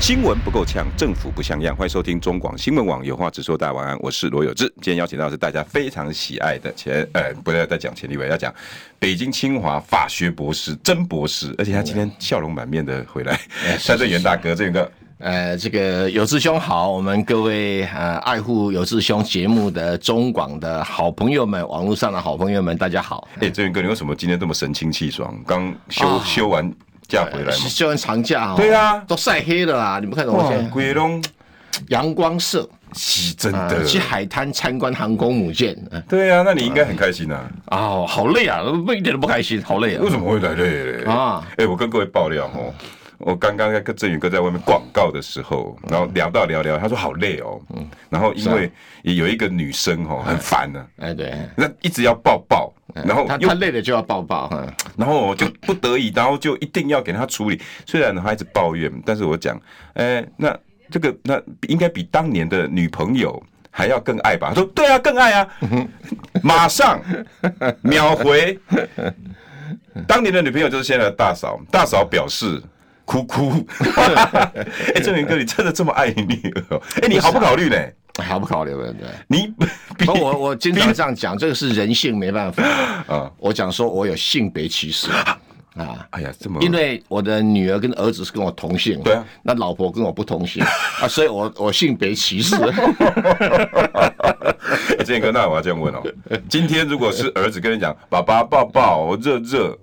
新闻不够呛，政府不像样。欢迎收听中广新闻网有话直说，大家晚安，我是罗有志。今天邀请到的是大家非常喜爱的前，呃，不要再讲钱立伟，要讲北京清华法学博士曾博士，而且他今天笑容满面的回来。 三正元大哥，这个呃，这个有志兄好，我们各位呃爱护有志兄节目的中广的好朋友们，网络上的好朋友们，大家 好。哎，正元哥，你为什么今天这么神清气爽？刚休休完假回来吗？休完哎长假哦，对啊都晒黑了啦，你们看到我现在鬼龙阳光社，是真呃的，去海滩参观航空母舰，呃对啊，那你应该很开心啊。哦，好累啊，不一点都不开心，好累啊为。什么会来累嘞？啊啊，哎、我跟各位爆料哦，我刚刚在跟振宇哥在外面广告的时候，然后聊到聊聊，他说好累哦，然后因为也有一个女生哦很烦呢、哎，对，那一直要抱抱，然后他又他累了就要抱抱，嗯然后我就不得已，然后就一定要给他处理。虽然他一直抱怨，但是我讲，哎、那这个那应该比当年的女朋友还要更爱吧？他说对啊，更爱啊，马上秒回。当年的女朋友就是现在的大嫂，大嫂表示。哭哭！ 哎、郑源哥，你真的这么爱你女儿哦？哎、你毫不考虑呢？好哎不考虑了， 对。你 比不，我我经常这样讲，这个是人性，没办 法。啊我讲说我有性别歧 视啊。哎呀，这么因为我的女儿跟儿子是跟我同姓，对啊，那老婆跟我不 同姓啊，所以我我性别歧视，欸建哥，那 我要这样问哦，今天如果是儿子跟你讲，爸爸抱抱热热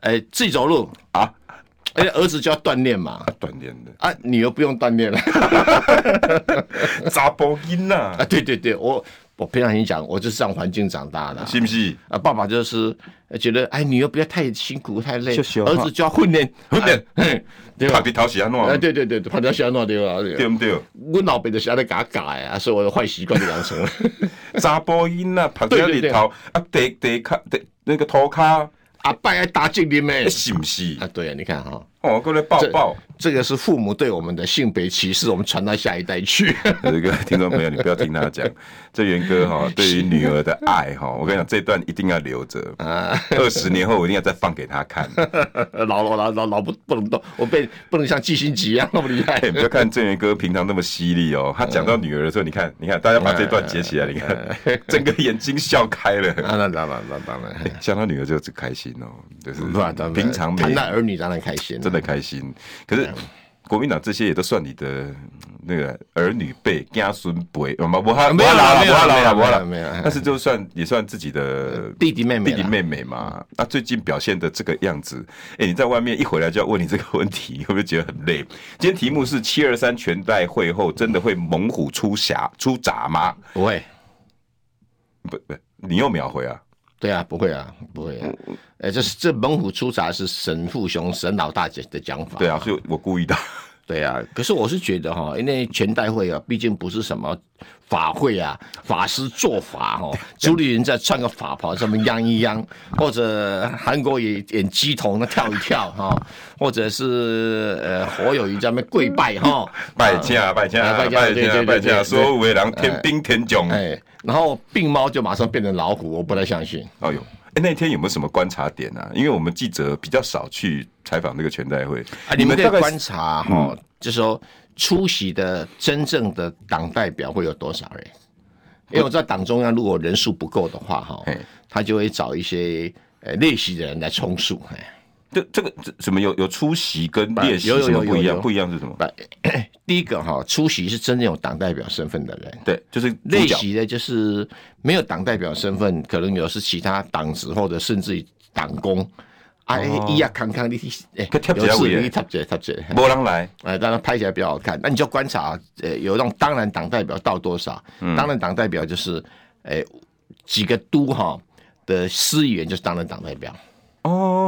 哎，自己走路啊，而且儿子就要锻炼嘛，锻炼的啊，女儿不用 锻炼了杂包音呐啊，，对对对，我我平常心讲，我就是这样环境长大的啊。是不是？啊，爸爸就是觉得，哎，女儿不要太辛苦太累，休息哦儿子就要训练训练，哎 对怕吧？被讨喜安啊，诺，对对对，反正想到对吧？对不对？我老辈就是安尼甲改啊，所以我的坏习惯就养 成了。杂包音呐，跑对到对里对头啊，得得卡得那个头卡，阿爸爱打击你们欸是不是？啊，对啊，你看哈、哦，过来抱抱。这个是父母对我们的性别歧视，我们传到下一代去。 这个听众朋友，你不要听他讲，这元哥哈，对于女儿的爱哈，我跟你讲，这段一定要留着，啊二十年后我一定要再放给他看。老老老老老不不能动，我被不能像季星吉一样那么厉害啊哎、。你不要看郑源哥平常那么犀利哦，他讲到嗯女儿的时候，你看，你看，大家把这段截起来，你看， 整个眼睛笑开了。啊，那当然，那当然，想到女儿就只开心哦，就是不然当然平常谈嗯没到儿女当然开心，真的开心。可是国民党这些也都算你的嗯那个儿女辈、家孙辈，我们不哈啊没有啦不哈没有啦啦嗯不哈啦没有啦没有啦但是就算也算自己的弟弟妹妹啊弟啦弟妹妹嘛。那最近表现的这个样子，哎，你在外面一回来就要问你这个问题， 你会不会觉得很累？今天题目是七二三全代会后真的会猛虎出匣出闸吗？不会，不不，你又秒回啊？对啊，不会啊，不会啊。哎，这是这猛虎出闸是沈父雄沈老大姐的讲法。对啊，所以我故意的。 对啊，可是我是觉得哈，因为全代会啊，毕竟不是什么法会啊，法师做法哦，主理人在穿个法袍上面央一央，或者韩国也演鸡童那跳一跳哈、或者是呃火友谊在那边跪拜哈、拜驾拜驾啊拜拜驾驾对对对拜驾，对所有的人天兵天将。哎，然后病猫就马上变成老虎，我不太相信。哦呦，哎，那天有没有什么观察点啊？因为我们记者比较少去采访那个全代会，啊，你们大对概嗯观察哈、就说出席的真正的党代表会有多少人？因为我知道党中央如果人数不够的话哈嘿，他就会找一些呃练习的人来充数。哎这这个这什么有有出席跟列席有有什么不一有有样？有不一样是什么？ 第一个哈，出席是真正有党代表身份的人。对，就是主练角习的就是没有党代表身份，可能有是其他党职或者甚至于党工。啊，一呀康康，你哎去哦贴一下有位的事你贴一下贴一下没人来，哎，当然拍起来比较好看。那你就观察，呃，有那种当然党代表到多少？嗯当然党代表就是，哎，几个都哈的司议员就是当然党代表。哦。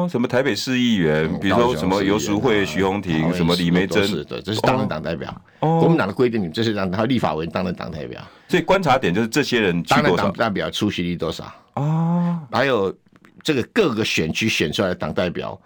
哦，什么台北市议员，比如说什么游淑啊慧、徐宏哦庭，什么李梅珍，是的，这是当然党代表。哦国民党的规定，这是让他立法委员当然党代表，所以观察点就是这些人去当然多党少代表出席率多少，哦，还有这个各个选区选出来的党代表，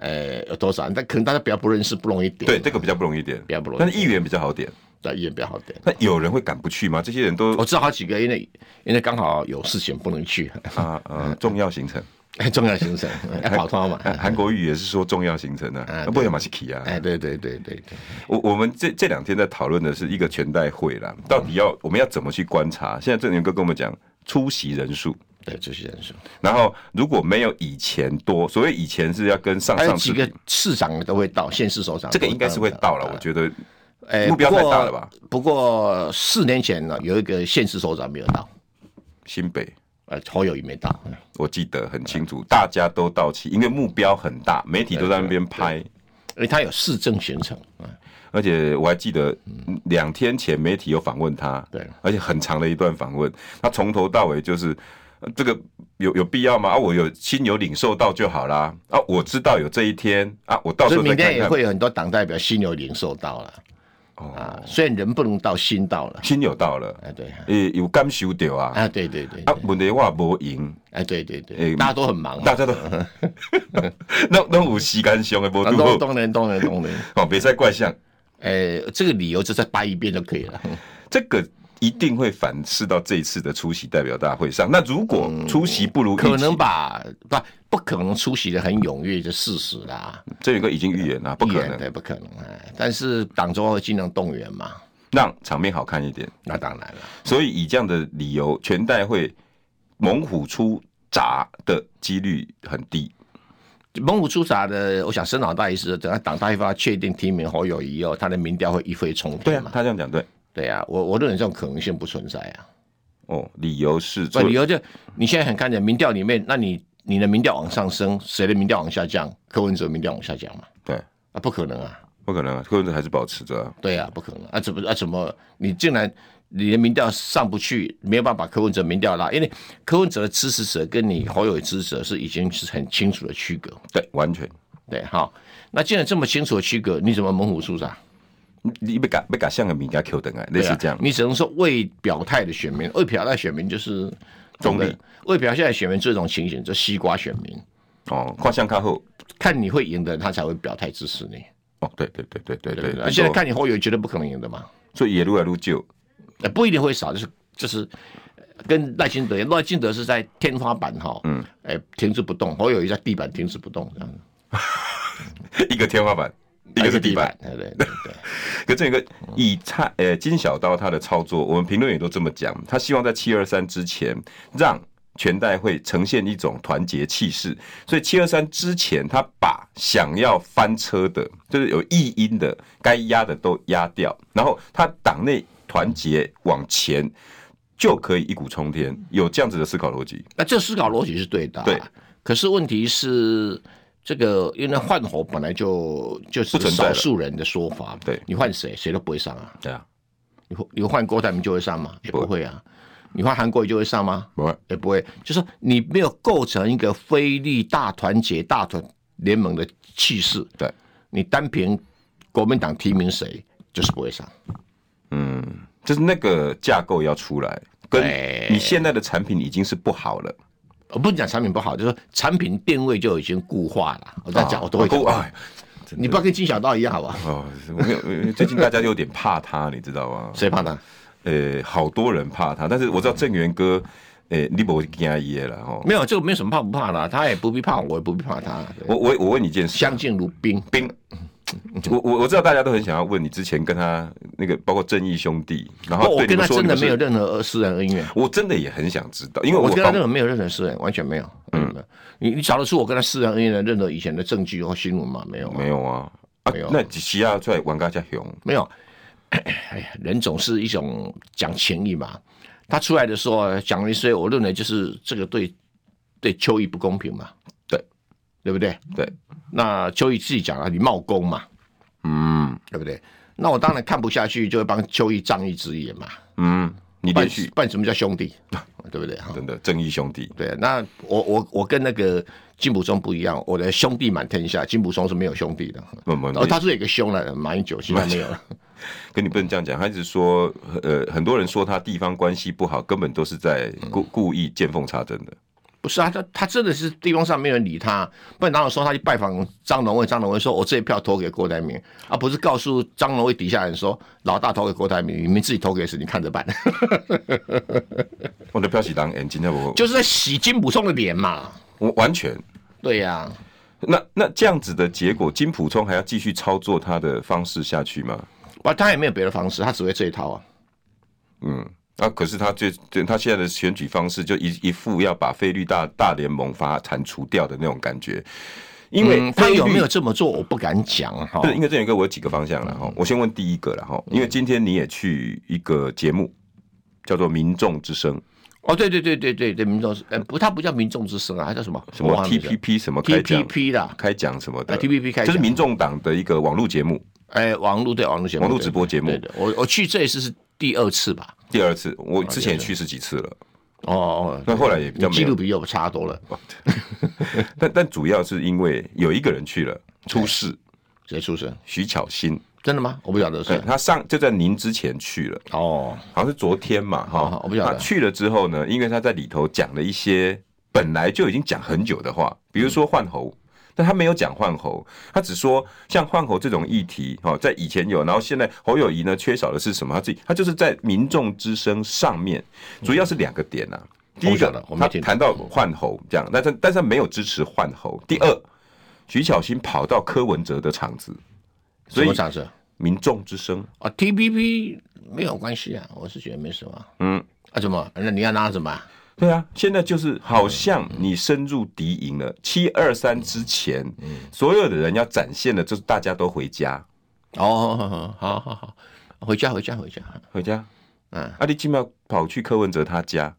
呃，有多少？但可能大家比较不认识，不容易点。对，这个比较不容易点，比较不容易但是议员比较好点。对，也比较好点。那有人会赶不去吗？这些人都我知道好几个，因为因为刚好有事情不能去，啊啊重要行程，重要 行程要跑通嘛。韩国瑜也是说重要行程啊，哦啊不也马西奇啊，哎，对对对对对，我我们这这两天在讨论的是一个全代会啦，到底要我们要怎么去观察？现在郑源哥跟我们讲出席人数，对这些人数，然后如果没有以前多，所谓以前是要跟上还有上哎几次个市长都会到，县市首长这个应该是会到了，我觉得得。哎，目标不过太大了吧？不过四年前呢，有一个县市首长没有到，新北。呃，侯友谊没到，嗯我记得很清楚，大家都到齐，因为目标很大，媒体都在那边拍，因为他有市政行程，嗯而且我还记得嗯两天前媒体有访问他，对，而且很长的一段访问，他从头到尾就是呃这个有有必要吗？啊，我有心有领受到就好啦，啊，我知道有这一天啊，我到时所候再以明天看也看。会有很多党代表心有灵受到了。哦啊，虽然人不能到，心到了。心有到了，哎，对，诶、有感受到啊，啊，对对对，啊，问题我无赢，哎，对对哎对，大家都很忙嘛，啊大家 都， 那那有时间上的无啊拄当好，当然当然当然，哦，别再怪象。哎，这个理由就再掰一遍就可以了。这个一定会反噬到这一次的出席代表大会上。那如果出席不如预期，嗯可能吧，不不可能出席的很踊跃，这事实啦，这有个已经预言了，啊不可能对，嗯不可能哎。但是党中央会尽量动员嘛，让场面好看一点。那当然了。所以以这样的理由，全代会猛虎出闸的几率很低。蒙古出闸的，我想深老大意思，等到党大会发确定提名侯友谊后，他的民调会一飞冲对天啊，嘛。他这样讲对。对啊，我我认为这种可能性不存在啊。哦，理由是做所以理由就你现在很看见民调里面，那你你的民调往上升，谁的民调往下降？柯文哲民调往下降嘛？对，啊，不可能啊！不可能啊，柯文哲还是保持着啊、对啊，不可能啊！怎么啊？怎么你竟然你的民调上不去，没有办法把柯文哲民调拉？因为柯文哲的支持者跟你侯友宜支持者是已经是很清楚的区隔，对，完全。对，好，那既然这么清楚的区隔，你怎么猛虎出闸？你被改被改像个米给他 Q 等啊，类对似这样啊，。你只能说未表态的选民，未表态选民就是中立立，未表态的选民这种情形，这西瓜选民，啊哦，跨向靠后。看你会赢的人，他才会表态支持你，哦，对对对对对对对不对对？现在看你侯友宜绝对不可能赢的嘛，所以也撸来撸旧。呃，不一定会少，就是就是呃跟赖清德一样，赖清德是在天花板哈，嗯，哎、停滞不动，侯友宜在地板停滞不动，这样子，一个天花板，一个是地板。，对对对对，可这个以蔡呃金小刀他的操作，我们评论也都这么讲，他希望在七二三之前让全代会呈现一种团结气势，所以七二三之前他把想要翻车的，就是有异音的，该压的都压掉，然后他党内团结往前。就可以一鼓冲天，有这样子的思考逻辑，那这思考逻辑是对的、啊，对。可是问题是，这个因为换猴本来就就是不存在少了数人的说法，对你换谁谁都不会上啊，对啊，你换你换郭台铭就会上吗？也不会不会啊，你换韩国瑜就会上吗？不会，也不会，就是你没有构成一个非力大团结、大团联盟的气势。对，你单凭国民党提名谁，就是不会上。就是那个架构要出来，跟对你现在的产品已经是不好了。我不是讲产品不好，就是说产品定位就已经固化了。我在讲，我哦都会讲啊。哎你不要跟金小道一样，好吧？ 哦，我没有，呃最近大家有点怕他，你知道 吗？谁怕他？呃，好多人怕他，但是我知道郑源哥，呃，你不会惊伊了哈。没有，这个没有什么怕不怕的，他也不必怕我，我也不必怕他。对我我我问你一件事，相敬如宾，冰，嗯我我我知道大家都很想要问你之前跟他那个，包括正义兄弟，然后哦我对你跟们他说真你的们是没有，任何私人恩怨。我真的也很想知道，因为我跟他访任何没有任何私人，完全没有。嗯，你你找得出我跟他私人恩怨的任何以前的证据或新闻吗？没有啊，没有啊，啊没有，那只需要出来玩家家熊，没有。 哎呀，人总是一种讲情义嘛。他出来的时候啊讲了一些，我认为就是这个对对邱毅不公平嘛，对对不对？对，那邱毅自己讲了，你冒功嘛，嗯对不对？那我当然看不下去，就会帮邱毅仗义执言嘛。嗯，你办连续办什么叫兄弟，对不对？哈，真的正义兄弟，对，啊那我我我跟那个金溥聪不一样，我的兄弟满天下，金溥聪是没有兄弟的。我们哦，他是有一个兄来的，马英九现在没有了。跟你不能这样讲，他一直说，呃，很多人说他地方关系不好，根本都是在故嗯故意见缝插针的。不是啊，他他真的是地方上没有人理他，啊不然哪有说他去拜访张荣惠，张荣惠说我这一票投给郭台铭，而、不是告诉张荣惠底下人说老大投给郭台铭，你们自己投给谁，你看着办， 我的标喜党眼睛在我，就是在洗金溥聪的脸嘛。我完全。对呀、那那这样子的结果，金普聪还要继续操作他的方式下去吗？哇，他也没有别的方式，他只会这一套啊。嗯，啊，可是他最对他现在的选举方式，就一一副要把菲律大大联盟法铲除掉的那种感觉。因为嗯他菲律有嗯没有这么做，我不敢讲哈不。是，因为这有一个我有几个方向了哈。我先问第一个了哈，嗯因为今天你也去一个节目，叫做《民众之声》，哦，对对对对对对，民众是呃不，他不叫民众之声啊，他叫什么？什我么忘了名字 TPP 什么开讲 TPP 啦，开讲什么的啊 TPP 开讲就是民众党的一个网络节目，哎，网络对网络节目，网络直播节目对的。我我去这一次是第二次吧？第二次，我之前也去十几次了，哦哦，那后来也比较没你啊记录有，比我差多了，但但主要是因为有一个人去了出事，谁出声？徐巧芯，真的吗？我不晓得对是。他上就在您之前去了，哦，好像是昨天嘛哈哦，我不晓得那去了之后呢，因为他在里头讲了一些本来就已经讲很久的话，比如说换猴。但他没有讲换猴，他只说像换猴这种议题，哦，在以前有，然后现在侯友谊呢缺少的是什么？他自己，他就是在民众之声上面，主要是两个点啊。第一嗯我晓个得我，没他听懂谈到换猴这样，但是但是他没有支持换猴。第二，徐巧芯跑到柯文哲的场子，什所以么场子？民众之声啊，TPP 没有关系啊，我是觉得没什么。嗯，啊，怎么？那你要拿什么？对啊，现在就是好像你深入敌营了。七二三之前，嗯所有的人要展现的就是大家都回家，哦，好好好，回家回家回家。回家。嗯啊，你起码跑去柯文哲他家，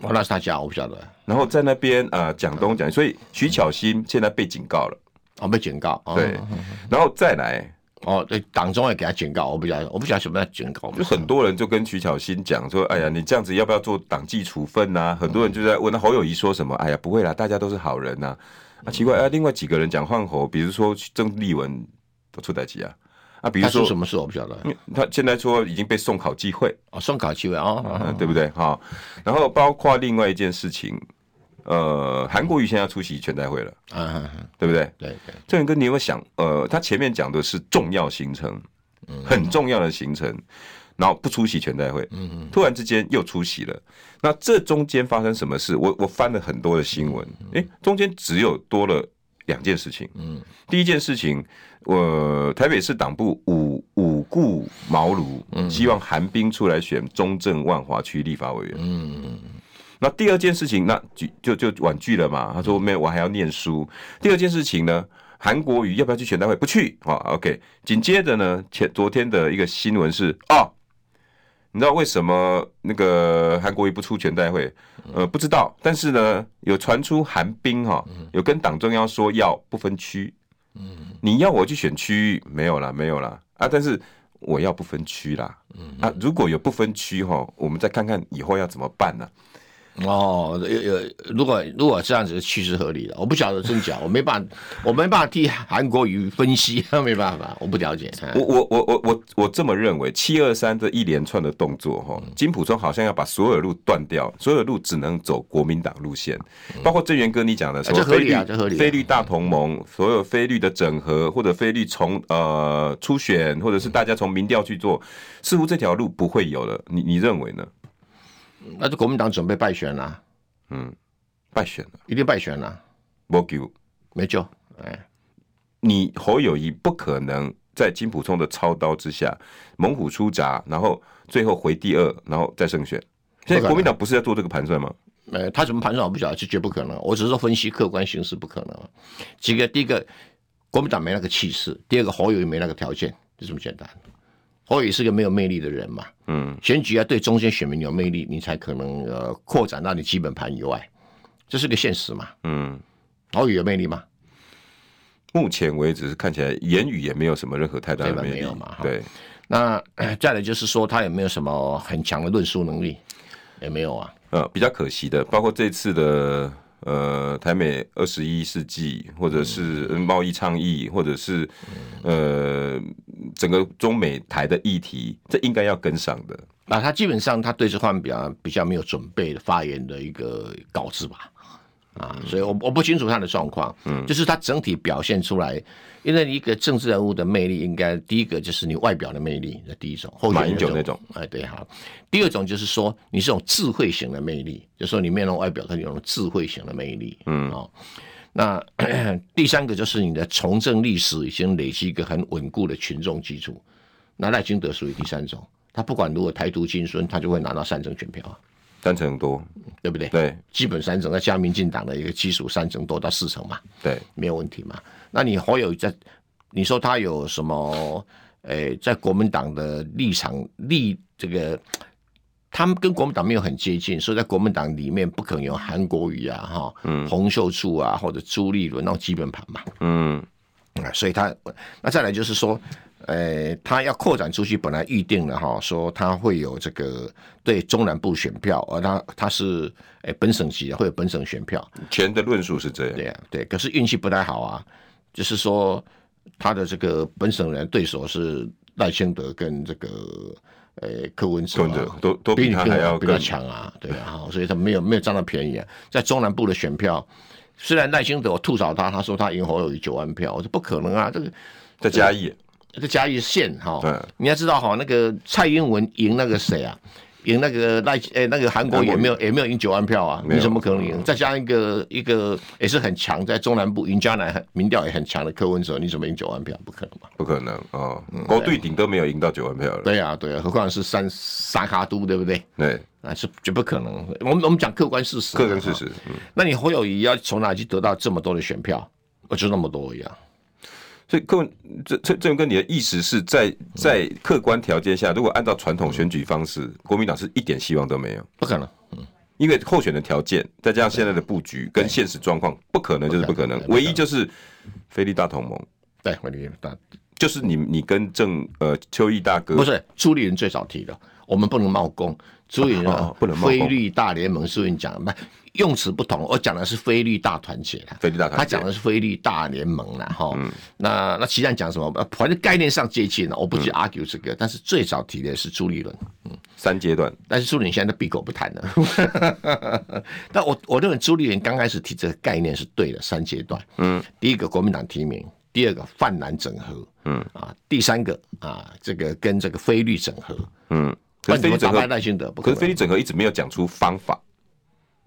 哦，那是他家，我不晓得。然后在那边啊讲东讲西，所以徐巧芯现在被警告了，哦，被警告。哦对，然后再来，哦，对，党中也给他警告，我不晓得，我不晓得什么叫警告。就很多人就跟徐巧芯讲说，哎呀，你这样子要不要做党纪处分呐、很多人就在问那侯友谊说什么，哎呀，不会啦，大家都是好人呐、啊。奇怪，啊，另外几个人讲换侯，比如说郑丽文都出代级啊，啊，比如他说说什么事我不晓得。因为嗯他现在说已经被送考机会，哦，送考机会哦，嗯，对不对？哈，然后包括另外一件事情，呃，韩国瑜现在要出席全代会了，嗯嗯，嗯对不对？对对，郑源哥，你有没有想，呃，他前面讲的是重要行程，很重要的行程，然后不出席全代会，突然之间又出席了，那这中间发生什么事？我我翻了很多的新闻，诶，中间只有多了两件事情，第一件事情，我、台北市党部五五顾茅庐，希望韩冰出来选中正万华区立法委员，那第二件事情，那就就就婉拒了嘛。他说没有，我还要念书。第二件事情呢，韩国瑜要不要去全代会？不去啊、哦。OK，紧接着呢，前昨天的一个新闻是哦，你知道为什么那个韩国瑜不出全代会？呃，不知道，但是呢，有传出韩冰哈、有跟党中央说要不分区。你要我去选区域没有啦，没有啦啊！但是我要不分区啦，啊，如果有不分区哈，我们再看看以后要怎么办呢、哦，有有，如果如果这样子趋势合理的，我不晓得真假，我没办法，我没办法替韩国瑜分析， 没办法，我不了解。嗯我我我我我我这么认为，七二三这一连串的动作，哈，嗯金普中好像要把所有路断掉，所有路只能走国民党路线，包括郑源哥你讲的什么这合菲理律、嗯啊这合理啊菲律大同盟，所有菲律的整合或者菲律从呃初选，或者嗯是大家从民调去做，似乎这条路不会有了，你你认为呢？那就国民党准备败选啦、败选了，一定败选啦、我给没救。哎，你侯友谊不可能在金普聪的操刀之下猛虎出闸，然后最后回第二，然后再胜选。现在国民党不是在做这个盘算吗？呃，他怎么盘算我不晓得，这绝不可能。我只是说分析客观形势不可能。啊几个，第一个，国民党没那个气势；第二个，侯友宜没那个条件，就这么简单。侯友宜是个没有魅力的人嘛，嗯，选举要对中间选民有魅力，你才可能呃扩展到你基本盘以外，这是个现实嘛。嗯，侯友宜有魅力吗？目前为止是看起来言语也没有什么任何太大的对吧魅力没有嘛哈对，那呃再来就是说，他有没有什么很强的论述能力？也没有啊。呃，比较可惜的，包括这次的呃台美二十一世纪，或者是呃贸易倡议，或者是呃整个中美台的议题，这应该要跟上的。啊，他基本上他对这方面比较比较没有准备的发言的一个稿子吧，啊，嗯所以我我不清楚他的状况，嗯，就是他整体表现出来，因为一个政治人物的魅力，应该第一个就是你外表的魅力，那第一种，后马英九那种，哎，对哈，第二种就是说你是种智慧型的魅力，就是说你面容外表，它有种智慧型的魅力，嗯，哦。那 第三个就是你的从政历史已经累积一个很稳固的群众基础，那赖清德属于第三种，他不管如果台独金孙，他就会拿到三成选票啊，单程多，对不对？对基本三成，再加民进党的一个基础三成多到四成嘛，对，没有问题嘛。那你侯友宜在，你说他有什么？诶、在国民党的立场立这个，他们跟国民党没有很接近，所以在国民党里面不可能有韩国瑜啊、哈、洪秀柱啊或者朱立伦那种基本盘嘛。嗯，啊，所以他那再来就是说，呃，他要扩展出去，本来预定了哈，说他会有这个对中南部选票，而他他是诶、呃本省级的，会有本省选票，全的论述是这样。对啊，对，可是运气不太好啊，就是说他的这个本省人对手是赖清德跟这个呃柯文哲、啊，柯文哲都都比比他你还要比较更强啊，对啊，好所以他没有没有占到便宜啊，在中南部的选票。虽然赖清德我吐槽他，他说他赢侯友宜九万票，我说不可能啊，这个再加一，这嘉义县哈嗯，你要知道哈，那个蔡英文赢那个谁啊，赢那个赖诶、那个韩国也没有也没有赢九万票啊，没有嗯你怎么可能赢？再加上一个一个也是很强，在中南部赢家南很民调也很强的柯文哲，你怎么赢九万票？不可能嘛？不可能哦，国对顶都没有赢到九万票了。对呀、啊、对呀、啊，何况是三沙卡都对不对？对，啊，是绝不可能。我们我们讲客观事实啊，客观事哈。实，嗯那你侯友谊要从哪去得到这么多的选票？我就那么多一啊样。所以各位，这这这跟你的意思是在在客观条件下，如果按照传统选举方式，国民党是一点希望都没有，不可能，因为候选的条件再加上现在的布局跟现实状况，不可能就是不可能不可。能唯一就是菲利大同盟，对，我理解。但就是你你跟郑呃邱毅大哥不是朱立伦最早提的，我们不能冒功。朱立伦啊哦不能冒功菲律大联盟，朱立伦讲不用词不同，我哦讲的是菲律大团结啦。菲利大团结嗯他讲的是菲律大联盟啦，哈、那那其他人讲什么？呃反正概念上接近了，我不嗯去 argue 这个。但是最早提的是朱立伦，三阶段，但是朱立伦现在都闭口不谈了。 但我我认为朱立伦刚开始提这个概念是对的，三阶段。嗯，第一个国民党提名，第二个泛蓝整合，嗯啊，第三个啊这个跟这个菲律整合，嗯，那可是菲利你怎么整打败合，赖清德？不可可是菲能。利整合一直没有讲出方法，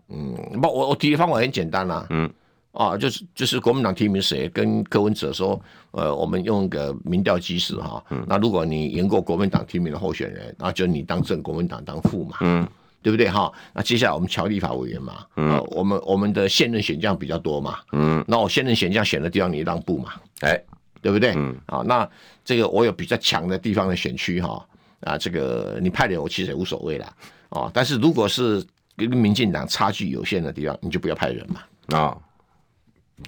嗯不，我我提的方法很简单啦、嗯。啊，就是就是国民党提名谁，跟柯文哲说，呃，我们用一个民调机制哈，那如果你赢过国民党提名的候选人，那就你当正，国民党当副嘛，嗯，对不对哈？那接下来我们乔立法委员嘛，嗯，我们我们的现任选项比较多嘛，嗯，那我现任选项选的地方你让步嘛，哎，对不对？嗯，啊，那这个我有比较强的地方的选区哈，啊，这个你派人我其实也无所谓啦，哦，但是如果是跟民进党差距有限的地方，你就不要派人嘛，啊，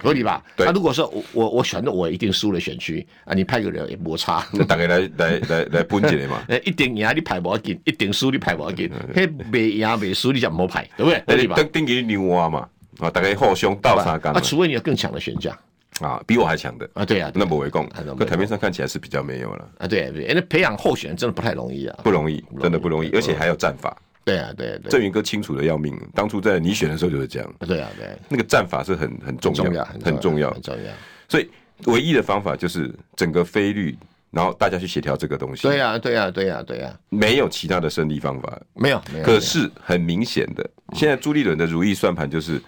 合理吧？对那如果说我我我选的我一定输了选区啊，你派个人也摩擦。。那大概来来来来分解嘛呃，一定赢你派不要紧，一定输你派不要紧，嘿，未赢未输你就唔好派，对不对？合理吧？等等于牛蛙嘛，啊，大概互相倒沙缸啊，除非你有更强的选项啊，比我还强的，啊，对啊，对那啊不为共啊那不为。共可台面上看起来是比较没有了，啊，对啊对啊，因为培养候选人真的不太容易啊，不容易，真的不容易，而且还有战法。对啊，对啊，对啊郑云哥清楚的要命，当初在你选的时候就是这样，对啊，对啊，那个战法是很很重重要，要，很重要很。重要。所以唯一的方法就是整个菲律，然后大家去协调这个东西。对呀、对呀、啊对呀、对呀、没有其他的胜利方法。没有，没有。可是很明显的，嗯现在朱立伦的如意算盘就是，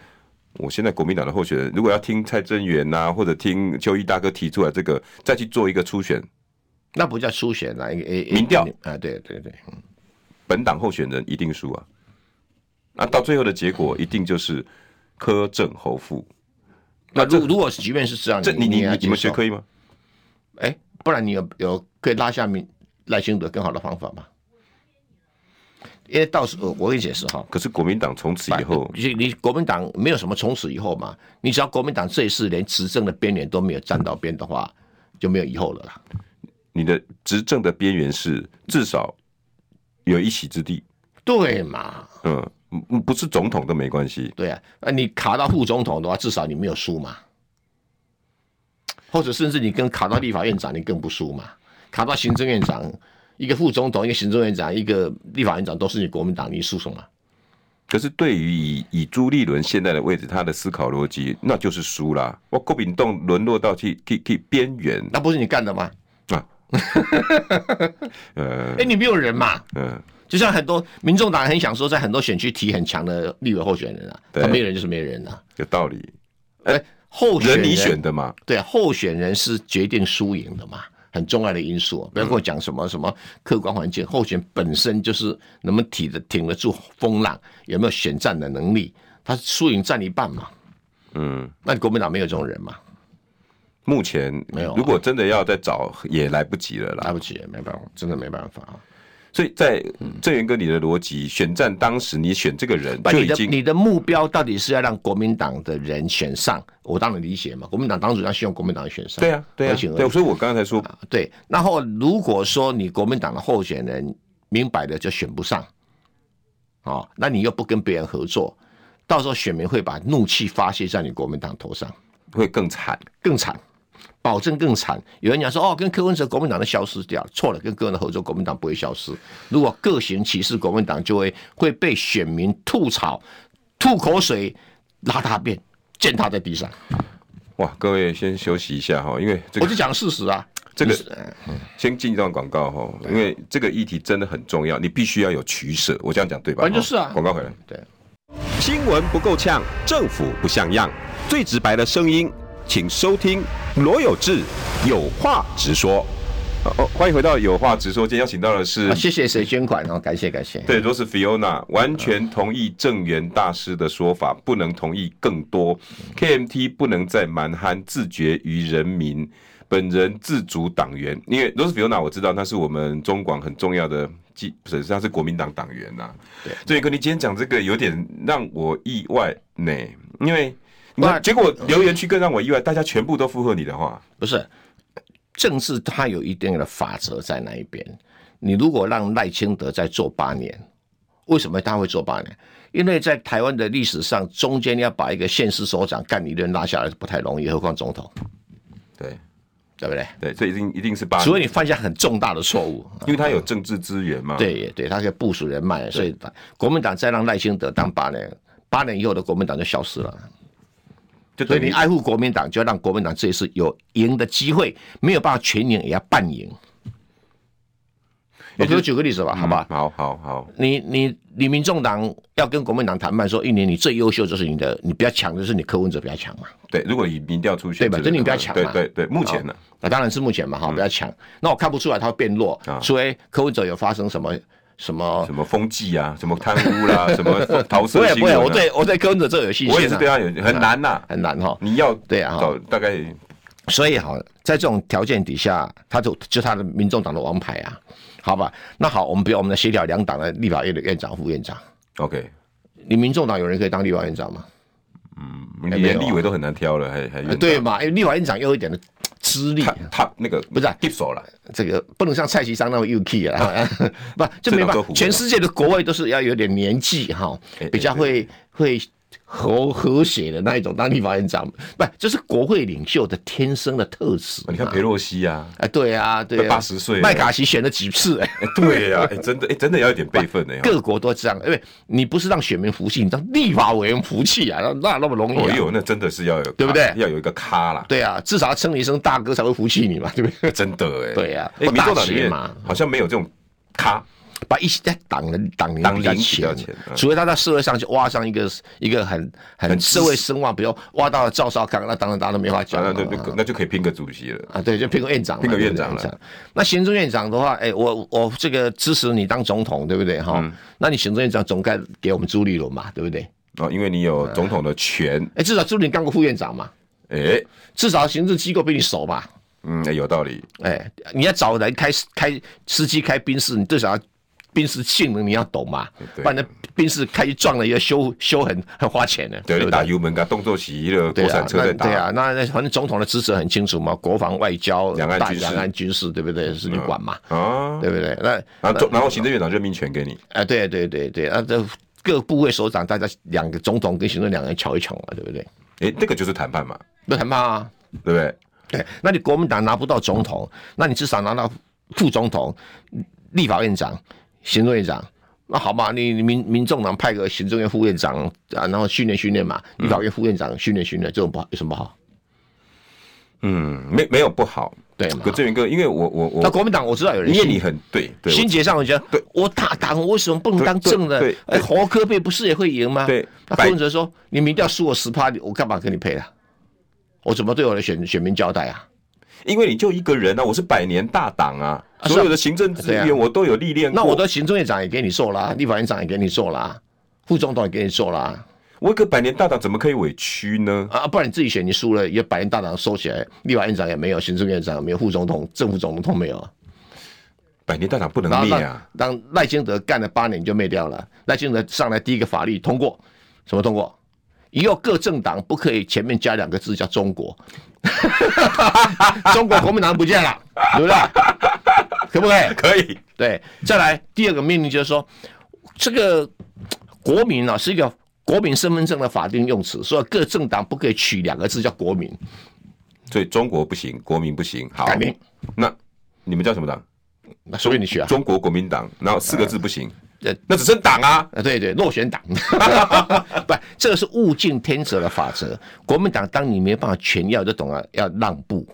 我现在国民党的候选人，如果要听蔡正元呐、或者听邱毅大哥提出来这个，再去做一个初选，那不叫初选啦，诶诶诶民调啊，对对对，本党候选人一定输啊。那到最后的结果一定就是苛政侯富。那如如果即便是这样，这你你嗯也要你你们接学受可以吗？哎，不然你有有可以拉下民赖清德更好的方法吗？因为到时候我跟你解释哈，可是国民党从此以后，你你国民党没有什么从此以后嘛，你只要国民党这一次连执政的边缘都没有站到边的话，就没有以后了啦。你的执政的边缘是至少有一席之地，对嘛？嗯，嗯不是总统都没关系，对啊，啊，你卡到副总统的话，至少你没有输嘛，或者甚至你跟卡到立法院长，你更不输嘛。卡到行政院长，一个副总统，一个行政院长，一个立法院长都是你国民党，你输什么？可是对于以以朱立伦现在的位置，他的思考逻辑那就是输啦。我郭炳栋沦落到去去去边缘那不是你干的吗？啊， 呃 哎、你没有人嘛。嗯，就像很多民众党很想说，在很多选区提很强的立委候选人啊，对他没有人就是没有人啊。有道理，哎、候选人人你选的嘛，对，啊候选人是决定输赢的嘛，很重要的因素。啊嗯不要跟我讲什么什么客观环境，候选本身就是能不能挺得挺得住风浪，有没有选战的能力，他输赢占一半嘛。嗯，那国民党没有这种人嘛，目前没有啊嗯如果真的要再找也来不及了啦。来不及，没办法，真的没办法啊。所以在郑源哥你的逻辑，选战当时你选这个人把就你已的经你的目标到底是要让国民党的人选上，我当然理解嘛，国民党党主张希望国民党选上，对啊对啊而且对啊，所以我刚才说，对，然后如果说你国民党的候选人明摆的就选不上，哦，那你又不跟别人合作，到时候选民会把怒气发泄在你国民党头上，会更惨。更惨，保证更惨。有人讲说，哦，跟柯文哲国民党都消失掉，错了，跟柯文哲合作，国民党不会消失。如果各行其事，国民党就会会被选民吐槽、吐口水、拉大便、践踏在地上。哇，各位先休息一下哈，因为这我个就讲事实啊，这个你是先进一段广告哈，因为这个议题真的很重要，你必须要有取舍。我这样讲对吧？反正就是啊齁广告回来。对。新闻不够呛，政府不像样，最直白的声音，请收听罗有志有话直说。哦哦，欢迎回到有话直说，今天邀请到的是啊，谢谢谁捐款哦，感谢感谢。对，罗斯 Fiona 完全啊同意郑源大师的说法，不能同意更多。KMT 嗯不能再蛮憨，自绝于人民。本人自主党员，因为罗斯 Fiona 我知道他是我们中广很重要的记，不是他是国民党党员呐、对，所以哥，你今天讲这个有点让我意外呢，因为你哇看，结果留言区更让我意外，大家全部都附和你的话，不是政治，它有一定的法则在那一边。你如果让赖清德再做八年，为什么他会做八年？因为在台湾的历史上，中间要把一个县市首长干一顿拉下来是不太容易，何况总统，对对不对？对，这一定一定是八年，除非你犯下很重大的错误，因为他有政治资源嘛，，对对，他可以部署人脉，所以国民党再让赖清德当八年，八年以后的国民党就消失了。就所等以你于爱护国民党，就要让国民党这一次有赢的机会，没有办法全赢，也要半赢。我给我举个例子吧，好吧？嗯好好好，你你你，民众党要跟国民党谈判说，一年你最优秀就是你的，你比较强的就是你柯文哲比较强嘛，对，如果以民调出对选吧？制这的你比较话强对嘛。对对，目前呢哦，那当然是目前嘛，哈，比较强。那我看不出来他会变弱嗯啊，除非柯文哲有发生什么什么。什么风纪啊，什么贪污 啦，什么桃不色会新不闻会，啊，我对我对柯文哲这有信心啊。我也是对他有很难呐，很难哈。你要对啊找大概所以哈，在这种条件底下，他就就他的民众党的王牌啊，好吧？那好，我们不要我们来协调两党的立法院的院长、副院长。 OK，你民众党有人可以当立法院长吗？你哎没有连啊哎立委都很难挑了，还还对嘛？因为立法院长又有一点的嘖资历他，他那个不是啊棘手了，这个不能像蔡其昌那么幼气啊， 不就这没办种法都。胡全世界的国外都是要有点年纪哈哎哎，比较会会和和谐的那一种当立法院长，不这是国会领袖的天生的特质嘛。你看裴洛西啊，啊，对啊，对啊， 80岁了麦卡锡选了几次哎。哎对 呀，哎真的哎真的要有点辈分哎，各国都这样，因为你不是让选民服气，你让立法委员服气啊，那那那么容哦易、啊？呦，那真的是要有对不对要有一个咖啦，对啊，至少要称你一声大哥才会服气你嘛，对不对？真的哎，对啊哎，我民众大党里学面嘛好像没有这种咖，啊把一些党人党龄党比较龄比较浅，浅嗯除非他在社会上去挖上一个一个很很资社会声望，比如挖到了赵少康，那当然大家都没话讲反了正就就那就可以拼个主席了，啊，对，就苹果院长嘛，苹果对院不对长了。那行政院长的话，哎，我我这个支持你当总统，对不对嗯哈？那你行政院长总该给我们朱立伦嘛，对不对？啊哦，因为你有总统的权，哎，至少朱立伦干过副院长嘛，哎，至少行政机构比你熟吧？嗯，哎有道理。哎，你要找人开开司机开宾士，你至少要宾士性能你要懂嘛，对不然那宾士开一撞了要修修很很花钱的，对，不你打油门啊，动作洗了，对国啊产，车那在打，对啊，那那反正总统的职责很清楚嘛，国防、外交、两岸嗯大军事两岸军事，对不对？是你管嘛，啊，对不对？那然后中然后行政院长任命权给你，啊，对对对对，啊，这各部位首长，大家两个总统跟行政两个人瞧一瞧嘛，对不对？诶，欸这个就是谈判嘛，那谈判啊，对不对？对，那你国民党拿不到总统，那你至少拿到副总统、立法院长、行政院长。那好嘛，你你民民众党派个行政院副院长啊，然后训练训练嘛，立法院副院长训练训练，这种不好有什么不好？嗯，没没有不好，对嘛可？志云哥，因为我我那我，国民党我知道有人因为信你很对，对，心我结上，我觉得我打党，我为什么不能当正的对对？哎，对侯科配不是也会赢吗？对那百柯文哲说你民调输我十趴，我干嘛跟你配啊？我怎么对我的选选民交代啊？因为你就一个人啊，我是百年大党啊，啊所有是的行政资对啊源我都有历练过，那我的行政院长也给你做啦，立法院长也给你做啦，副总统也给你做啦，我一个百年大党怎么可以委屈呢？啊，不然你自己选你输了，也百年大党收起来，立法院长也没有，行政院长也没有，副总统、正副总统都没有啊。百年大党不能然后灭让啊！让赖清德干了八年就灭掉了。赖清德上来第一个法律通过，什么通过？以后各政党不可以前面加两个字叫中国， 中国国民党不见了，对不对？可不可以？可以，对，再来第二个命令就是说，这个国民啊是一个国民身份证的法定用词，所以各政党不可以取两个字叫国民，所以中国不行，国民不行，好改名。那你们叫什么党？那随便你取啊。中国国民党，然后四个字不行，呃那只剩党啊！啊，对对，落选 党，不，这个是物竞天择的法则。国民党当你没办法全要，就懂了要让步。